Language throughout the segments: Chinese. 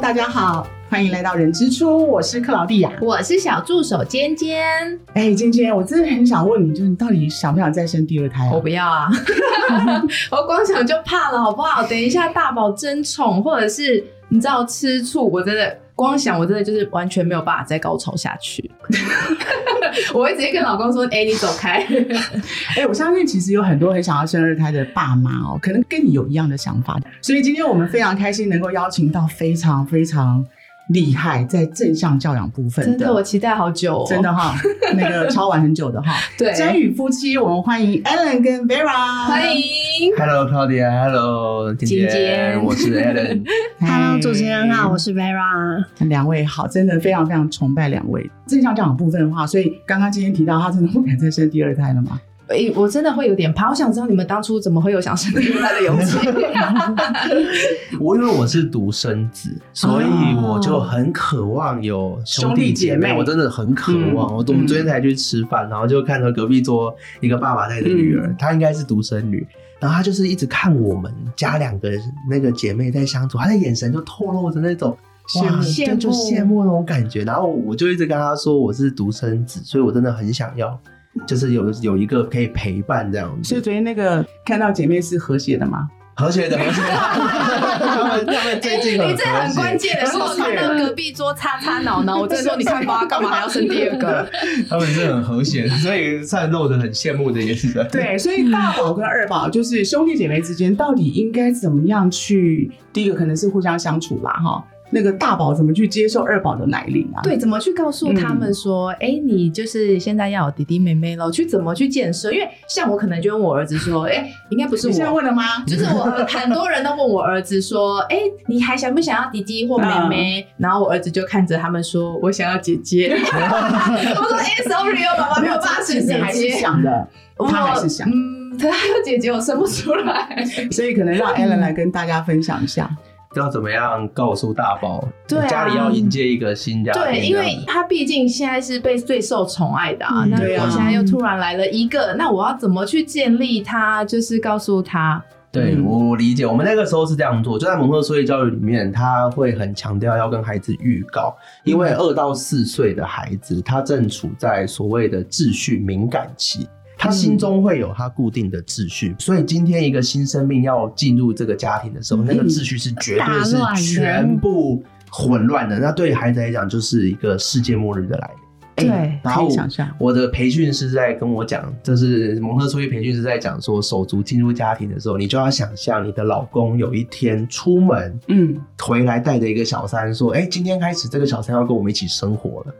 大家好，欢迎来到人之初，我是克劳蒂亚。我是小助手尖尖，哎，今天我真的很想问你，就是你到底想不想再生第二胎、啊？我不要啊， 我光想就怕了，好不好？等一下大宝争宠，或者是你知道吃醋，我真的光想，我真的就是完全没有办法再高潮下去。 我会直接跟老公说：“哎、你走开。哎，我相信其实有很多很想要生二胎的爸妈哦，可能跟你有一样的想法。所以今天我们非常开心能够邀请到非常非常厉害在正向教养部”分真的，我期待好久、哦，真的 哈、那个超玩很久的哈。对，真宇夫妻，我们欢迎 Alan 跟 Vera，欢。迎 Hello Claudia，Hello 姐姐姐我是 Alan。 Hello，主持人好，我是 Vera。两位好，真的非常非常崇拜两位。正向教养部分的话，所以刚刚今天提到他真的不敢再生第二胎了吗？诶哎我真的会有点怕，我想知道你们当初怎么会有想生第二胎的勇气？我因为我是独生子，所以我就很渴望有兄兄弟弟姐姐妹我真的很渴望。嗯我我们昨天才去吃饭，然后就看到隔壁桌一个爸爸带着女儿，她应该是独生女。然后她就是一直看我们家两个那个姐妹在相处，她的眼神就透露着那种哇，羡慕就就羡慕那种感觉。然后我就一直跟她说我是独生子，所以我真的很想要，就是有有一个可以陪伴这样子。所以昨天那个看到姐妹是和谐的吗？和谐的， 和谐的。他们他们最近哎你很这和很谐关键的，如果看到隔壁桌擦擦挠挠，我真的说你看瓜干嘛还要生第二个？他们是很和谐的，所以算露着很羡慕的眼神。对，所以大宝跟二宝就是兄弟姐妹之间到底应该怎么样去？第一个可能是互相相处啦，哈。那个大宝怎么去接受二宝的奶龄啊？对，怎么去告诉他们说，哎、你就是现在要有弟弟妹妹了，去怎么去建设？因为像我可能就问我儿子说，哎、应该不是你现在我。问了吗？就是我很多人都问我儿子说：“哎、你还想不想要弟弟或妹妹？”然后我儿子就看着他们说：“啊 我想要姐姐。”我说：“哎、s o r r y 哦，妈妈没有办 法其生实姐还是姐。想的，哦我”他还是想，嗯，他要姐姐，我生不出来。所以可能让 Alan 来跟大家分享一下。要怎么样告诉大宝？对啊家里要迎接一个新家庭。啊对，因为他毕竟现在是被最受宠爱的啊。嗯那对如啊果现在又突然来了一个，那我要怎么去建立他？就是告诉他，对嗯我理解，我们那个时候是这样做，就在蒙特梭利教育里面，他会很强调要跟孩子预告，因为嗯二到四岁的孩子，他正处在所谓的秩序敏感期。他心中会有他固定的秩嗯序，所以今天一个新生命要进入这个家庭的时候，嗯那个秩序是绝对是打乱的全部混乱的。那对孩子来讲，就是一个世界末日的来临。嗯对然后哎可以想象我的培训是在跟我讲，就是蒙特梭利培训是在讲说，手足进入家庭的时候，你就要想象你的老公有一天出门嗯，回来带着一个小三，说：“哎、今天开始这个小三要跟我们一起生活了。”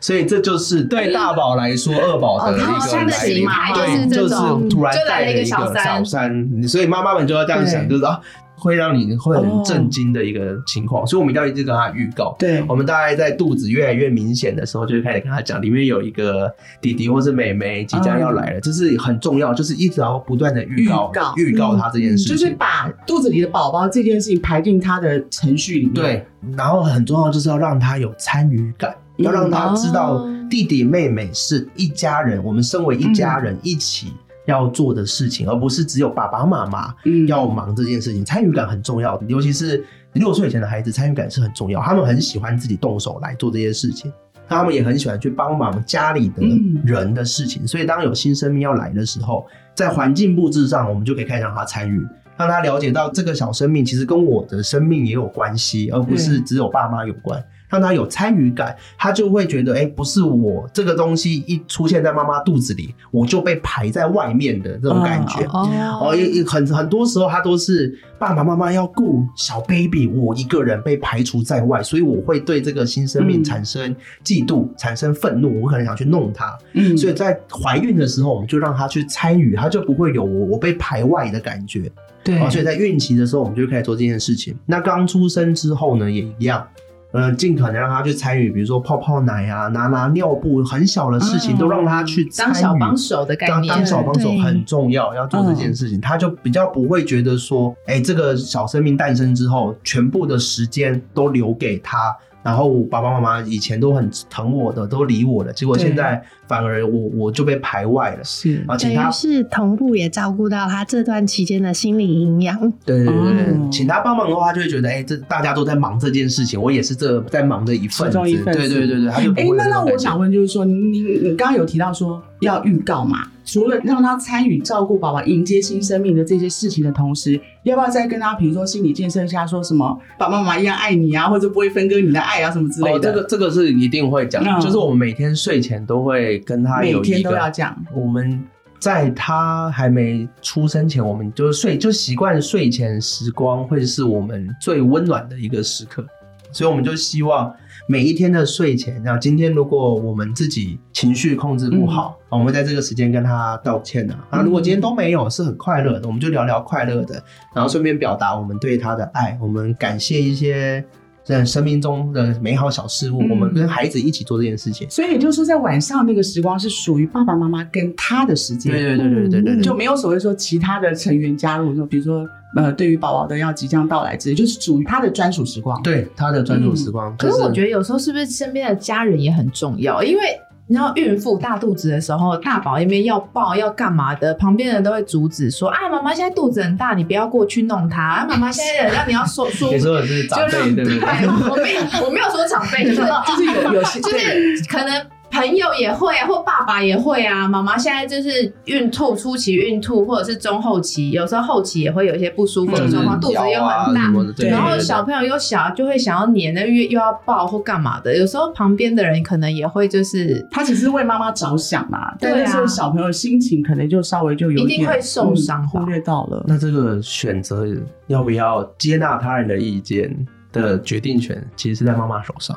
所以这就是对大宝来说，二宝的一哦他个的来临形态就是对，这就是种突然就来带了了一个一小个三小三，所以妈妈们就要这样想，对就是啊，会让你会很震惊的一个情况，所以我们一定要一直跟他预告。对我，们大概在肚子越来越明显的时候，就会开始跟他讲，里面有一个弟弟或是妹妹即将要来了，这是很重要，就是一直要不断的预嗯预告告嗯预告他这件事就情。是把肚子里的宝宝这件事情排进他的程序里面。对，然后很重要就是要让他有参与感，嗯要让他知道哦弟弟妹妹是一家人，我们身为一家嗯人一起要做的事情，而不是只有爸爸妈妈。嗯，要忙这件事情，参与感很重要，尤其是六岁以前的孩子，参与感是很重要。他们很喜欢自己动手来做这些事情，他们也很喜欢去帮忙家里的嗯人的事情。所以，当有新生命要来的时候，在环境布置上，我们就可以开始让他参与，让他了解到这个小生命其实跟我的生命也有关系，而不是只有爸妈有关。让他有参与感，他就会觉得，哎、不是我这个东西一出现在妈妈肚子里，我就被排在外面的这种感觉。哦哦，也也很很多时候他都是爸爸妈妈要顾小 baby，我一个人被排除在外，所以我会对这个新生命嗯产生嫉妒、产生愤怒，我可能想去弄他。嗯，所以在怀孕的时候，我们就让他去参与，他就不会有我我被排外的感觉。对嗯啊，所以在孕期的时候，我们就开始做这件事情。那刚出生之后呢，也一样，呃，尽可能让他去参与，比如说泡泡奶啊、拿拿尿布，很小的事情、嗯都让他去参与。当小帮手的概当念，当小帮手对很重要，要做这件嗯事情，他就比较不会觉得说，哎、这个小生命诞生之后，全部的时间都留给他然后我爸爸妈妈以前都很疼我的，都理我的，结果对现在反而我我就被排哦外了。是啊，等请于他是同步也照顾到他这段期间的心理营养。对对对，哦对，请他帮忙的话，他就会觉得哎、这大家都在忙这件事情，我也是这在忙的一份其子。中一份子对对对对，他就不哎、会有那这那种我感觉。想问，就是说，你你你刚刚有提到说要预告嘛？除了让他参与照顾宝宝、迎接新生命的这些事情的同时，要不要再跟他，比如说心理建设一下，说什么爸爸妈妈一样爱你啊，或者不会分割你的爱啊，什么之类哦，这的？个这个是一定会讲，嗯就是我们每天睡前都会跟他每有天一都要个，讲，我们在他还没出生前，我们就是睡就习惯睡前时光会是我们最温暖的一个时刻，所以我们就希望每一天的睡前，那今天如果我们自己情绪控制不好，啊我们会在这个时间跟他道歉啊。啊，如果今天都没有，是很快乐的，我们就聊聊快乐的，然后顺便表达我们对他的爱，我们感谢一些。在生命中的美好小事物，嗯我们跟孩子一起做这件事情。所以也就是说，在晚上那个时光是属于爸爸妈妈跟他的时间。对对对对对对对，就没有所谓说其他的成员加入，就比如说呃，对于宝宝的要即将到来之类，就是属于他的专属时光。对他的专注时光。嗯可是我觉得得有时候是不是身边的家人也很重要？因为你知道孕妇大肚子的时候，大宝一边要抱要干嘛的，旁边人都会阻止说啊，妈妈现在肚子很大，你不要过去弄她。啊，妈妈现在让你要 说说。你说的是长就辈，让对不对？我没有， 我没有说长辈， 就是就是有 有些就是可能朋友也会啊，或爸爸也会啊。妈妈现在就是孕吐初期孕吐，或者是中后期，有时候后期也会有一些不舒服就的是啊状况，肚啊子又很大。对然后小朋友又小，就会想要黏的，又又要抱或干嘛的。有时候旁边的人可能也会就是他只是为妈妈着想嘛，但对那啊时候小朋友心情可能就稍微就有一定点会受伤嗯吧忽略到了。那这个选择要不要接纳他人的意见的决定权，其实是在妈妈手上。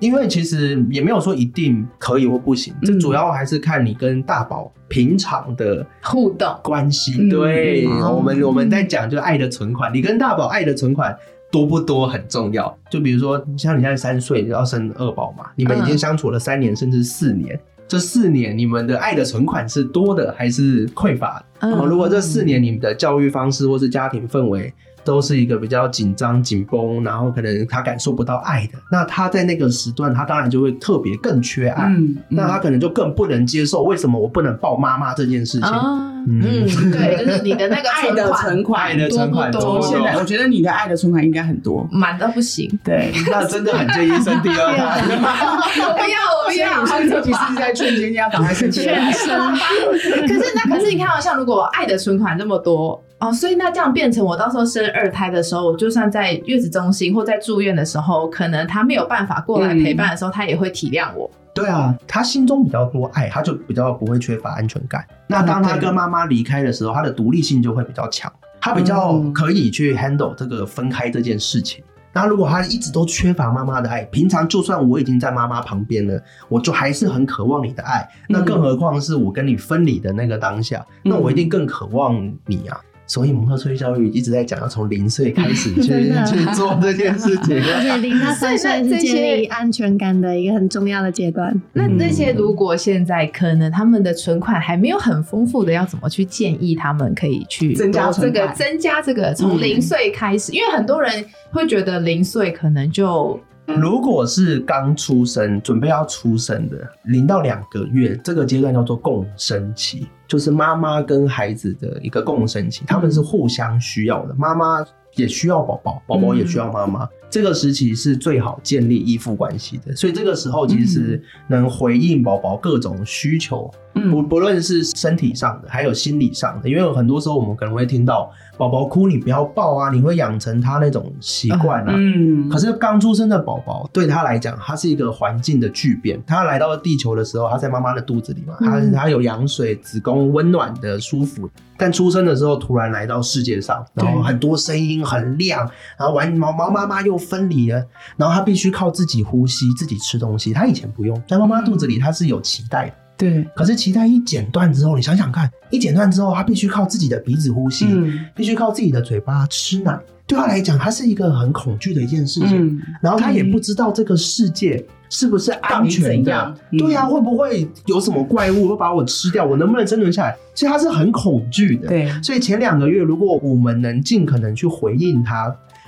因为其实也没有说一定可以或不行，这嗯主要还是看你跟大宝平常的互动。关系。嗯对、嗯我们，我们在讲就是爱的存款，你跟大宝爱的存款多不多很重要。就比如说，像你现在三岁要生二宝嘛，你们已经嗯相处了三年甚至四年，这四年你们的爱的存款是多的还是匮乏的？嗯哦，嗯如果这四年你们的教育方式或是家庭氛围都是一个比较紧张、紧绷，然后可能他感受不到爱的，那他在那个时段，他当然就会特别更缺爱，嗯，那他可能就更不能接受为什么我不能抱妈妈这件事情。哦啊，嗯嗯，对，就是你的那 个爱的存爱款的存款多从不多现在，我觉得你的爱的存款应该很多。满到不行， 对， 那真的很建议生第二胎。哎我不要，所我不以要， 我说尤其是在瞬间要赶快 生气。 可是那可是你看哦，像如果我爱的存款这么多哦，所以那这样变成我到时候生二胎的时候，我就算在月子中心或在住院的时候，可能他没有办法过来嗯陪伴的时候，他也会体谅我。对啊，他心中比较多爱，他就比较不会缺乏安全感。那当他跟妈妈离开的时候，他的独立性就会比较强，他比较嗯可以去 handle 这个分开这件事情。那如果他一直都缺乏妈妈的爱，平常就算我已经在妈妈旁边了，我就还是很渴望你的爱。那更何况是我跟你分离的那个当下，那我一定更渴望你啊！所以蒙特梭利教育一直在讲要从零岁开 始去真的去做这件事 情。而且零到三岁是建立安全感的一个很重要的阶段。那嗯那些如果现在可能他们的存款还没有很丰富的，要怎么去建议他们可以去增加多这存个款嗯增加这个从零岁开始？因为很多人会觉得零岁可能就如果是刚出生、准备要出生的，零到两个月这个阶段叫做共生期，就是妈妈跟孩子的一个共生期，他们是互相需要的，妈妈也需要宝宝，宝嗯宝也需要妈妈。这个时期是最好建立依附关系的，所以这个时候其实能回应宝宝各种需求，不嗯，不论是身体上的，还有心理上的，因为有很多时候我们可能会听到宝宝哭，你不要抱啊，你会养成他那种习惯啊。嗯可是刚出生的宝宝对他来讲，他是一个环境的巨变。他来到地球的时候，他在妈妈的肚子里嘛，他嗯他有羊水、子宫温暖的舒服。但出生的时候突然来到世界上，然后对很多声音很亮，然后完毛毛妈妈又分离了，然后他必须靠自己呼吸、自己吃东西。他以前不用，在妈妈肚子里他是有脐带的，对，可是脐带一剪断之后，你想想看，一剪断之后，他必须靠自己的鼻子呼吸，嗯必须靠自己的嘴巴吃奶。对他来讲，他是一个很恐惧的一件事情。嗯，然后他也不知道这个世界是不是安到底全怎的样，嗯对呀、会不会有什么怪物会把我吃掉？我能不能生存下来？所以他是很恐惧的。，对，所以前两个月，如果我们能尽可能去回应他，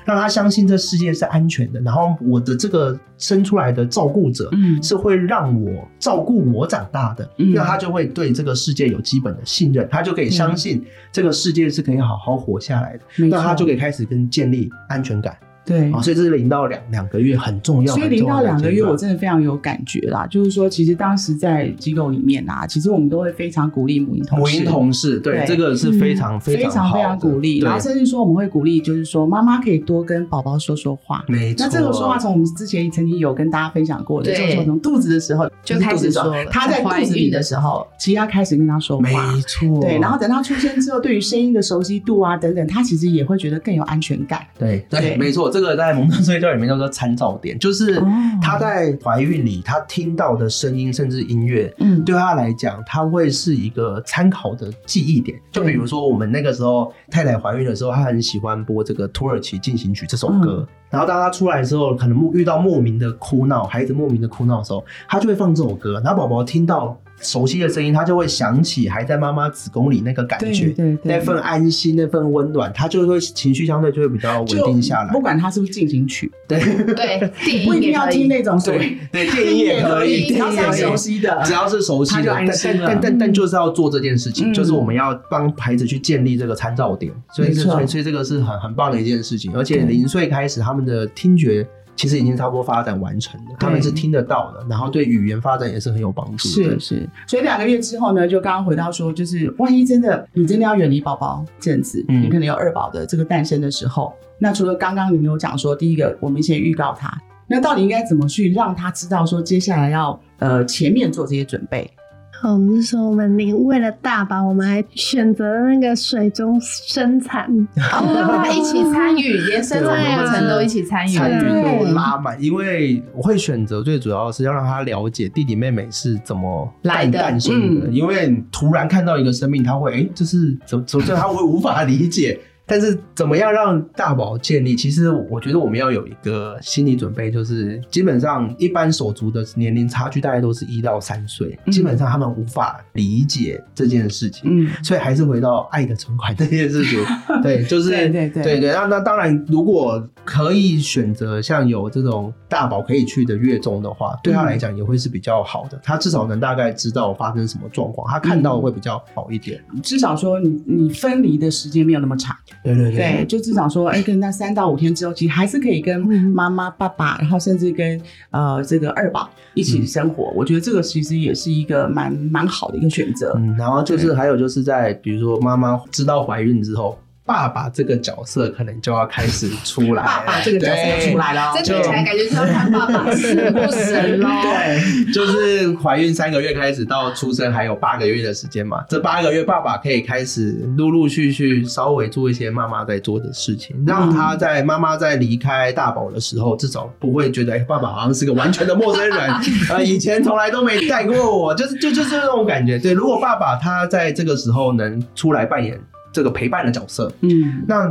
让他相信这世界是安全的。然后我的这个生出来的照顾者嗯是会让我照顾我长大的，嗯那他就会对这个世界有基本的信任，他就可以相信这个世界是可以好好活下来的。嗯没那他错就可以开始跟建立安全感对啊，所以这是零到两两个月很重嗯要。所以很零重要到的两个阶月，段我真的非常有感觉啦。就是说，其实当时在机构里面啊，其实我们都会非常鼓励母婴同母事，婴同事，对对嗯这个是非常非常常好非的常鼓励，对然后甚至说我们会鼓励，就是说妈妈可以多跟宝宝说说话。没错。那这个说话从我们之前曾经有跟大家分享过的，对就是说从肚子的时候就开始说了不是肚子的时候他在肚子里的时候，其实要开始跟他说没话。错，对，然后等到出生之后，对于声音的熟悉度啊等等，他其实也会觉得更有安全感。对对，对没错，这个在蒙特梭利教育里面叫做参照点，就是哦她在怀孕里她听到的声音，甚至音乐，嗯，对他来讲，他会是一个参考的记忆点。就比如说，我们那个时候太太怀孕的时候，她很喜欢播这个土耳其进行曲这首歌。然后当她出来之后，可能遇到莫名的哭闹，孩子莫名的哭闹的时候，她就会放这首歌。然后宝宝听到熟悉的声音，他就会想起还在妈妈子宫里那个感对觉，对那对，份安心，那份温暖，他就会情绪相对就会比较稳就定下来不。管他是不是进行曲，对， 电不一影定也要可听以。那种所谓对对，电影也可以，只电要影也是可以熟。悉的，只要是熟悉他的，就安心但了但但但就是要做这件事情，嗯就是我们要帮孩子去建立这个参照点，所以这没错所以所以这个是很很棒的一件事情，而且对零岁开始他们的听觉。其实已经差不多发展完成了，他们是听得到的，然后对语言发展也是很有帮助的。是是，所以两个月之后呢，就刚刚回到说，就是万一真的你真的要远离宝宝一阵子，嗯你可能有二宝的这个诞生的时候，那除了刚刚你有讲说，第一个我们先预告他，那到底应该怎么去让他知道说接下来要呃前面做这些准备？好，我们是说我们领为了大宝，我们还选择了那个水中生 产，哦，跟他一起参与，连生产的过程都一起参与。参与度对拉满，因为我会选择最主要是要让他了解弟弟妹妹是怎么来诞的诞生的，嗯因为突然看到一个生命，他会哎、诶这是怎怎这他会无法理解。但是怎么样让大宝建立？其实我觉得我们要有一个心理准备，就是基本上一般手足的年龄差距大概都是一到三岁，嗯基本上他们无法理解这件事情。嗯，所以还是回到爱的存款这 件事情，对， 就是对对对对那那当然，如果可以选择像有这种大宝可以去的月中的话，对他嗯来讲也会是比较好的，他至少能大概知道发生什么状况，他看嗯到会比较好一点。至少说你你分离的时间没有那么长，对对对，就至少说，哎、跟那三到五天之后，其实还是可以跟嗯妈妈、爸爸，然后甚至跟呃这个二宝一起生活。我觉得这个其实也是一个蛮蛮好的一个选择。嗯，然后就是还有就是在比如说妈妈知道怀孕之后，爸爸这个角色可能就要开始出来了，爸爸这个角色要对出来了哦，这听起来感觉是要看爸爸是不是 喽？对， 就是怀孕三个月开始到出生还有八个月的时间嘛，这八个月爸爸可以开始陆陆续续稍微做一些妈妈在做的事情，让他在妈妈在离开大宝的时候，至少不会觉得哎、爸爸好像是个完全的陌生人，呃，以前从来都没带过我，就是就就是那种感觉。对，如果爸爸他在这个时候能出来扮演这个陪伴的角色，嗯，那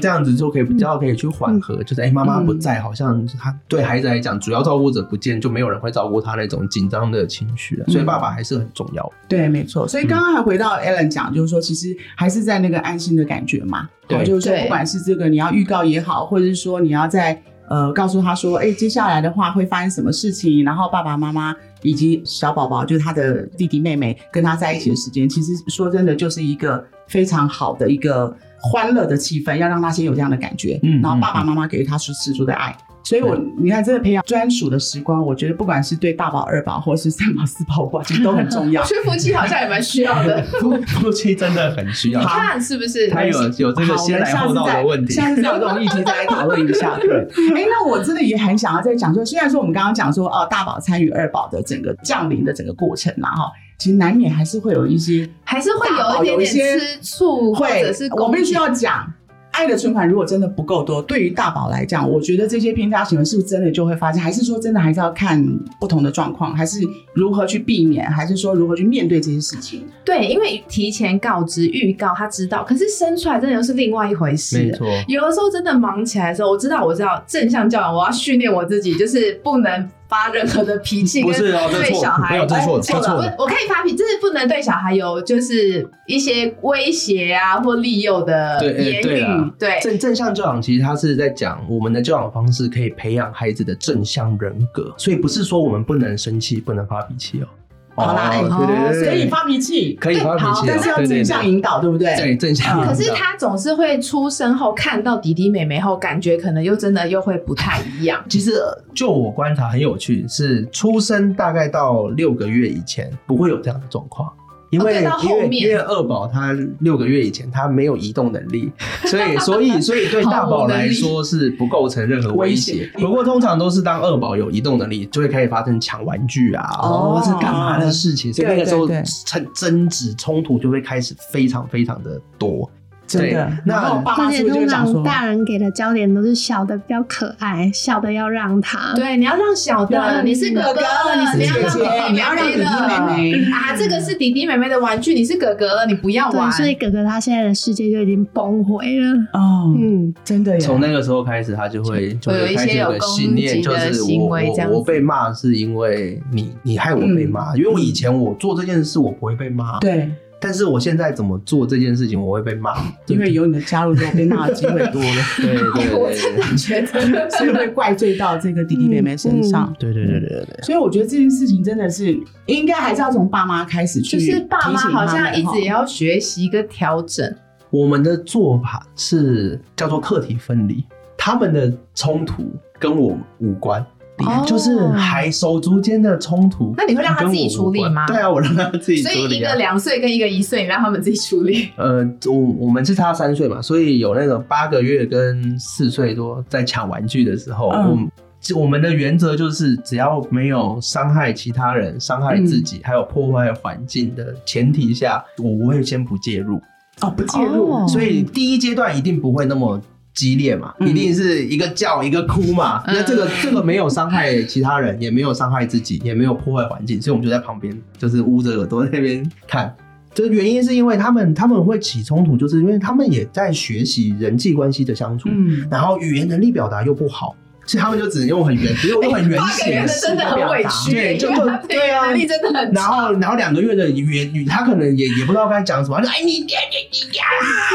这样子就可以比较可以去缓和，就是哎，妈、妈不在，好像他对孩子来讲，主要照顾者不见，就没有人会照顾他那种紧张的情绪了。嗯所以爸爸还是很重要。 对，没错。嗯所以刚刚还回到 Alan 讲，就是说，其实还是在那个安心的感觉嘛。对好就是说，对不管是这个你要预告也好，或者是说你要在呃告诉他说，哎、接下来的话会发生什么事情，然后爸爸妈妈以及小宝宝，就是他的弟弟妹妹跟他在一起的时间，其实说真的，就是一个非常好的一个欢乐的气氛，要让他先有这样的感觉，嗯然后爸爸嗯嗯妈妈给予他是十足的爱。所以我，你看，真的培养专属的时光，我觉得不管是对大宝、二宝，或是三宝、四宝、五宝，其实都很重 要我。觉得夫妻好像也蛮需要的，夫妻真的很需要你看是不是？他有有这个先来后到的问 题。好我们下次再下次再有这种议题再来讨论一 下。对，哎，那我真的也很想要再讲说，虽然说我们刚刚讲说，哦，大宝参与二宝的整个降临的整个过程啦，哈，其实难免还是会有一些还是会有一点点吃醋，或会者是，我攻必须击。要讲。爱的存款如果真的不够多，对于大宝来讲，我觉得这些偏差行为是不是真的就会发生，还是说真的还是要看不同的状况，还是如何去避免，还是说如何去面对这些事情？对，因为提前告知、预告，他知道，可是生出来真的又是另外一回事没了。错，有的时候真的忙起来的时候，我知道，我知道正向教养，我要训练我自己，就是不能发任何的脾气，不跟是哦这对错小了孩哎没有这错了错这错了我我可以发脾，就是不能对小孩有就是一些威胁啊或利诱的对哎言对啦语，对正正向教养其实它是在讲我们的教养方式可以培养孩子的正向人格，所以不是说我们不能生气、不能发脾气哦。哦好啦哎对对对对，可以发脾气，可以发脾好气，啊但是要对对正对向引导，对不对？对正向引啊导。可是他总是会出生后看到弟弟妹妹后，感觉可能又真的又会不太一样。其实呃就我观察很有趣，是出生大概到六个月以前不会有这样的状况。因哦对为、到后因为面因为二宝他六个月以前他没有移动能力，所以所以所以对大宝来说是不构成任何威胁。不过通常都是当二宝有移动能力，就会开始发生抢玩具啊，哦或是干嘛的事情，所以那个时候对对对争争执冲突就会开始非常非常的多。真的对。那然后爸而妈且是不是就通会讲常说，大人给的焦点都是小的比较可爱，小的要让他。对，你要让小的，让你是哥哥了，了你啊你是要姐让姐弟弟你要让弟弟了 妹妹啊，这个是弟弟妹妹的玩具，你是哥哥了，你不要玩对，。所以哥哥他现在的世界就已经崩毁了。哦，嗯，真的耶，从那个时候开始，他就会就会啊有一会开些始有有个信念，攻击就的是行我为这样子嗯我我被骂是因为你你害我被骂，因为我以前我做这件事我不会被骂，，对，但是我现在怎么做这件事情我会被 骂，因为有你的加入之后，被骂的机会多了，对对 对我真的觉得，所以会怪罪到这个弟弟妹妹身嗯上。啊对对对对对对，所以我觉得这件事情真的是应该还是要从爸妈开始去就提是醒爸他们妈哈，好像一直也要学习跟调整。我们的做法是叫做课题分离，他们的冲突跟我无关。哦就是还手足间的冲突，那你会让他自己跟我无处理关吗对啊，我让他自己处所理、啊。以一个两岁跟一个一岁，你让他们自己处理。呃，我我们是差三岁嘛，所以有那个八个月跟四岁多在抢玩具的时候，嗯我们就我们的原则就是，只要没有伤害其他人、伤害自己，还有破坏环境的前提下，我会先不介入。哦不介入，哦所以第一阶段一定不会那么。激烈嘛，嗯一定是一个叫一个哭嘛。嗯那这个这个没有伤害其他人，也没有伤害自己，也没有破坏环境，所以我们就在旁边，就是捂着耳朵在那边看。这原因是因为他们他们会起冲突，就是因为他们也在学习人际关系的相处，嗯，然后语言能力表达又不好，所以他们就只能用很原，只用很原八个 始月的式真的很表委达屈， 对，就因为他就对啊，能力真的很 然差。后，然后两个月的原语，他可能也也不知道该讲什么，他就哎你你你呀，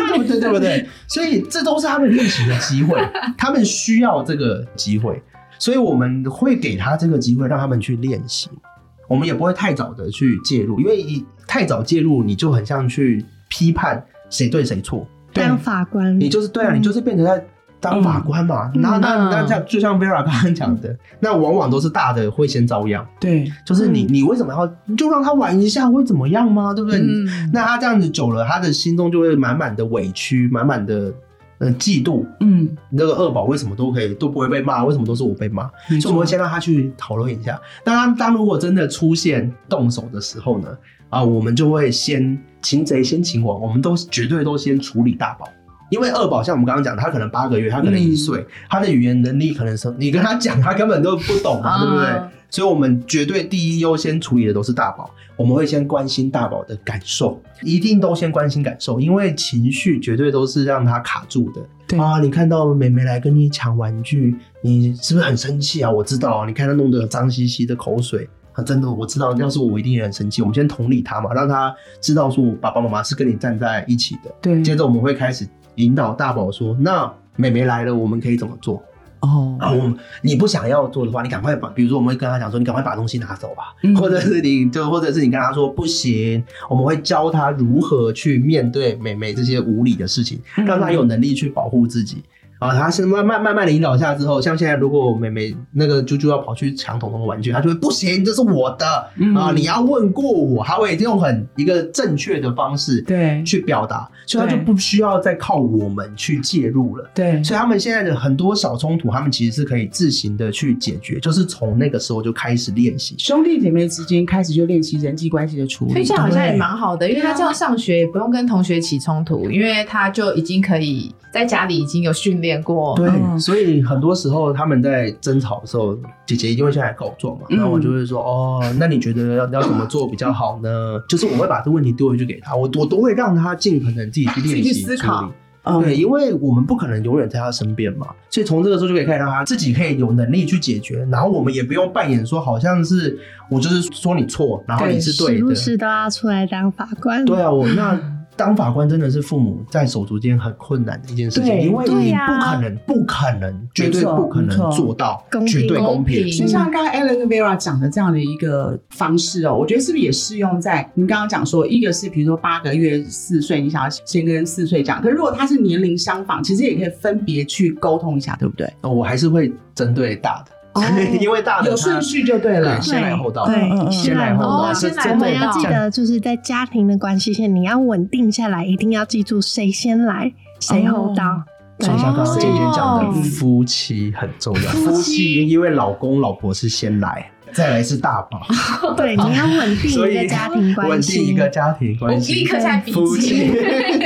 对不对？对不对？所以这都是他们练习的机会，他们需要这个机会，所以我们会给他这个机会，让他们去练习。我们也不会太早的去介入，因为一太早介入，你就很像去批判谁对谁错。当法官，你就是对啊，你就是变成在当法官嘛。嗯那那那嗯这样，就像 Vera 刚刚讲的，那往往都是大的会先遭殃。对，就是嗯你，你为什么要你就让他玩一下会怎么样吗？对不对？嗯，那他这样子久了，他的心中就会满满的委屈，满满的呃嫉妒。嗯，那个二宝为什么都可以都不会被骂？为什么都是我被骂？没所以我错们会，先让他去讨论一下。当然，当如果真的出现动手的时候呢，啊，我们就会先擒贼先擒王，我们都绝对都先处理大宝。因为二宝像我们刚刚讲，他可能八个月，他可能一嗯岁，他的语言能力可能是你跟他讲，他根本都不懂嘛，对不对？啊所以我们绝对第一优先处理的都是大宝，我们会先关心大宝的感受，一定都先关心感受，因为情绪绝对都是让他卡住的。对啊，你看到妹妹来跟你抢玩具，你是不是很生气啊？我知道啊，你看她弄得脏兮兮的口水。啊，真的，我知道，要是我，我一定也很生气。我们先同理她嘛，让她知道说，爸爸妈妈是跟你站在一起的。对，接着我们会开始引导大宝说，那妹妹来了，我们可以怎么做？哦，啊，我们你不想要做的话，你赶快把，比如说我们会跟他讲说，你赶快把东西拿走吧，嗯或者是你就或者是你跟他说不行，我们会教他如何去面对妹妹这些无理的事情，嗯让他有能力去保护自己。啊，他是慢慢慢慢的引导下之后，像现在如果妹妹那个啾啾要跑去抢彤彤的玩具，他就会不行，这是我的、嗯啊，你要问过我，他会用很一个正确的方式对去表达，所以他就对不需要再靠我们去介入了。对，所以他们现在的很多小冲突，他们其实是可以自行的去解决，就是从那个时候就开始练习。兄弟姐妹之间开始就练习人际关系的处所以理这，样好像也蛮好的，因为他这样上学也不用跟同学起冲突，因为他就已经可以在家里已经有训练过。嗯所以很多时候他们在争吵的时候，姐姐一定会先来告状嘛，嗯然后我就会说，哦，那你觉得要要怎么做比较好呢？就是我会把这个问题丢回去给他，我我都会让他尽可能自己去练自己习去思考处理嗯对，因为我们不可能永远在他身边嘛，所以从这个时候就可以看到他自己可以有能力去解决，然后我们也不用扮演说好像是我就是说你错，然后你是对时的不，时都要出来当法官。对啊，我那当法官真的是父母在手足间很困难的一件事情，对因为对你呀不可能、不可能、绝对没错不可没错能做到公平绝对公平公。平就像刚刚 Alan 跟 Vera 讲的这样的一个方式哦，我觉得是不是也适用在您刚刚讲说，一个是比如说八个月、四岁，你想要先跟四岁讲，可是如果他是年龄相仿，其实也可以分别去沟通一下，对不对？呃我还是会针对大的， 因为大的有他顺序就对了啊对。先来后到对嗯嗯嗯，先先来后哦到，是先来我针后们对到要记得，就是在家庭的关系线，你要稳定下来，一定要记住谁先来，谁后到。所以像刚刚哦姐姐讲嗯的，夫妻很重要。夫妻夫妻因为老公老婆是先来，再来是大宝，对，你要稳定所一个以家庭稳关系，定一个家庭我关系。立刻下来笔夫记妻。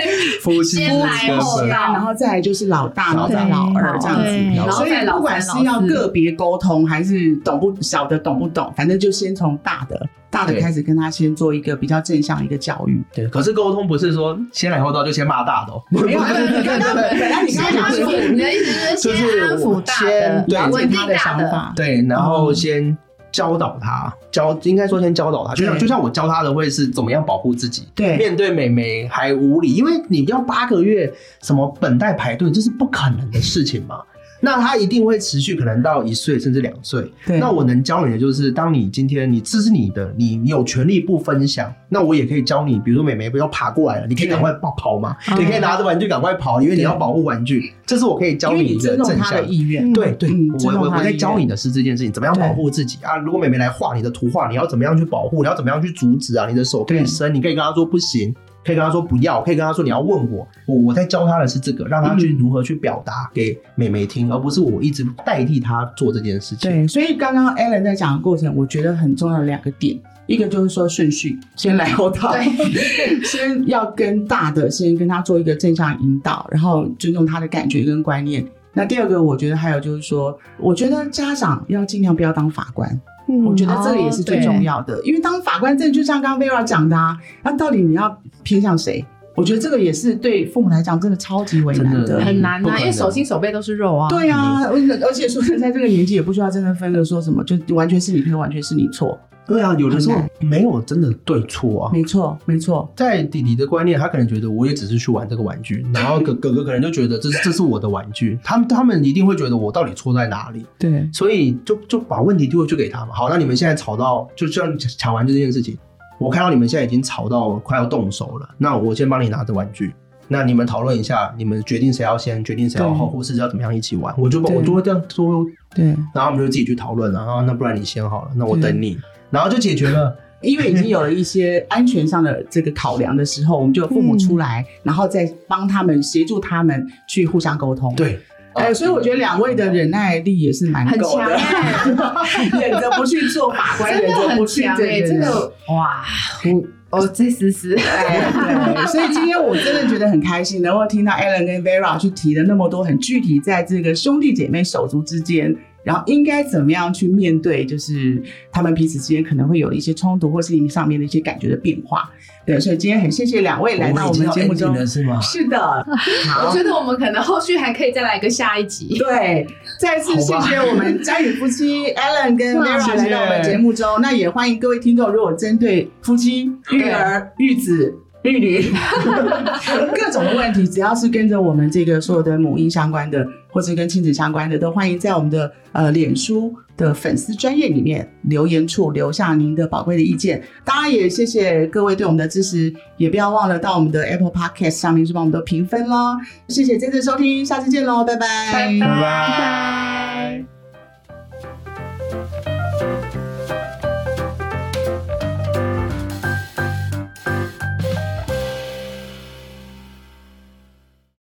夫妻先来是后这样到然后再来就是老大，然后再老二这样对子，然后所以再老不管三是老要四个别沟通，还是懂不小的懂不懂，反正就先从大的大的对开始跟他先做一个比较正向一个教育。对，可是沟通不是说先来后到就先骂大的哦，没有，你刚刚本来你刚刚讲安说抚， 你的意思就是是先安抚大的，先了稳解定他的大想的，法，嗯对，然后先教导他，教应该说先教导他，就像对就像我教他的会是怎么样保护自己。对面对美眉还无理，因为你要八个月什么本代排队，这是不可能的事情嘛。那他一定会持续，可能到一岁甚至两岁。对那我能教你的就是，当你今天你这是你的，你你有权利不分享，那我也可以教你，比如说美眉不要爬过来了，你可以赶快跑跑嘛，对嗯你可以拿着玩具赶快跑，因为你要保护玩具，这是我可以教因为你你的尊重正他的向。意愿嗯。对对，嗯我尊重我他我的在意教愿你的是这件事情，怎么样对保护自己啊？如果妹妹来画你的图画，你要怎么样去保护？你要怎么样去阻止啊？你的手可以对伸，你可以跟她说不行，可以跟她说不要，可以跟她说你要问我。我我在教她的是这个，让她去嗯如何去表达给妹妹听，而不是我一直代替她做这件事情。对，所以刚刚 Alan 在讲的过程，我觉得很重要的两个点，一个就是说顺序，先来后到， 先要跟大的先跟他做一个正向引导，然后尊重他的感觉跟观念。那第二个，我觉得还有就是说，我觉得家长要尽量不要当法官，嗯，我觉得哦这个也是最重要哦的，因为当法官，这就像刚刚 Vera 讲的啊，那到底你要偏向谁？我觉得这个也是对父母来讲真的超级为难真的很难不可啊，能因为手心手背都是肉啊。对啊，而且而且说实在，这个年纪也不需要真的分个说什么，就完全是你对，完全是你错。对啊，有的时候很难没有真的对哦错啊。没错，没错，在弟弟的观念，他可能觉得我也只是去玩这个玩具，然后哥哥哥可能就觉得这是这是我的玩具，他们他们一定会觉得我到底错在哪里。对所以就就把问题丢回去给他嘛。好，那你们现在吵到，就像抢玩具这件事情，我看到你们现在已经吵到快要动手了，那我先帮你拿着玩具。那你们讨论一下，你们决定谁要先，决定谁要后，对或是要怎么样一起玩。我就对我就会这样说，对，然后我们就自己去讨论了。啊，那不然你先好了，那我等你，然后就解决了。因为已经有了一些安全上的这个考量的时候，我们就父母出嗯来，然后再帮他们协助他们去互相沟通。。对，哎，所以我觉得两位的忍耐力也是蛮很够强欸的， 忍着不去做法官，真忍的着很不去强这哎，这个哇，我我这思思，哎对，所以今天我真的觉得很开心，能够听到 Alan 跟 Vera 去提了那么多很具体，在这个兄弟姐妹手足之间，然后应该怎么样去面对，就是他们彼此之间可能会有的一些冲突，或是上面的一些感觉的变化。对，所以今天很谢谢两位来到我们节目中。是吗是的，我好。觉得我们可能后续还可以再来一个下一集。对，再次谢谢我们佳宇夫妻 Alan 跟哇 Vera 来到我们节目中。那也欢迎各位听众，如果针对夫妻、育儿、育子。育女， 各种的问题，只要是跟着我们这个所有的母婴相关的，或者跟亲子相关的，都欢迎在我们的呃脸书的粉丝专业里面留言处留下您的宝贵的意见。当然也谢谢各位对我们的支持，也不要忘了到我们的 Apple Podcast 嗯上面去帮我们的评分喽。谢谢这次的收听，下次见喽，拜拜，拜拜拜拜。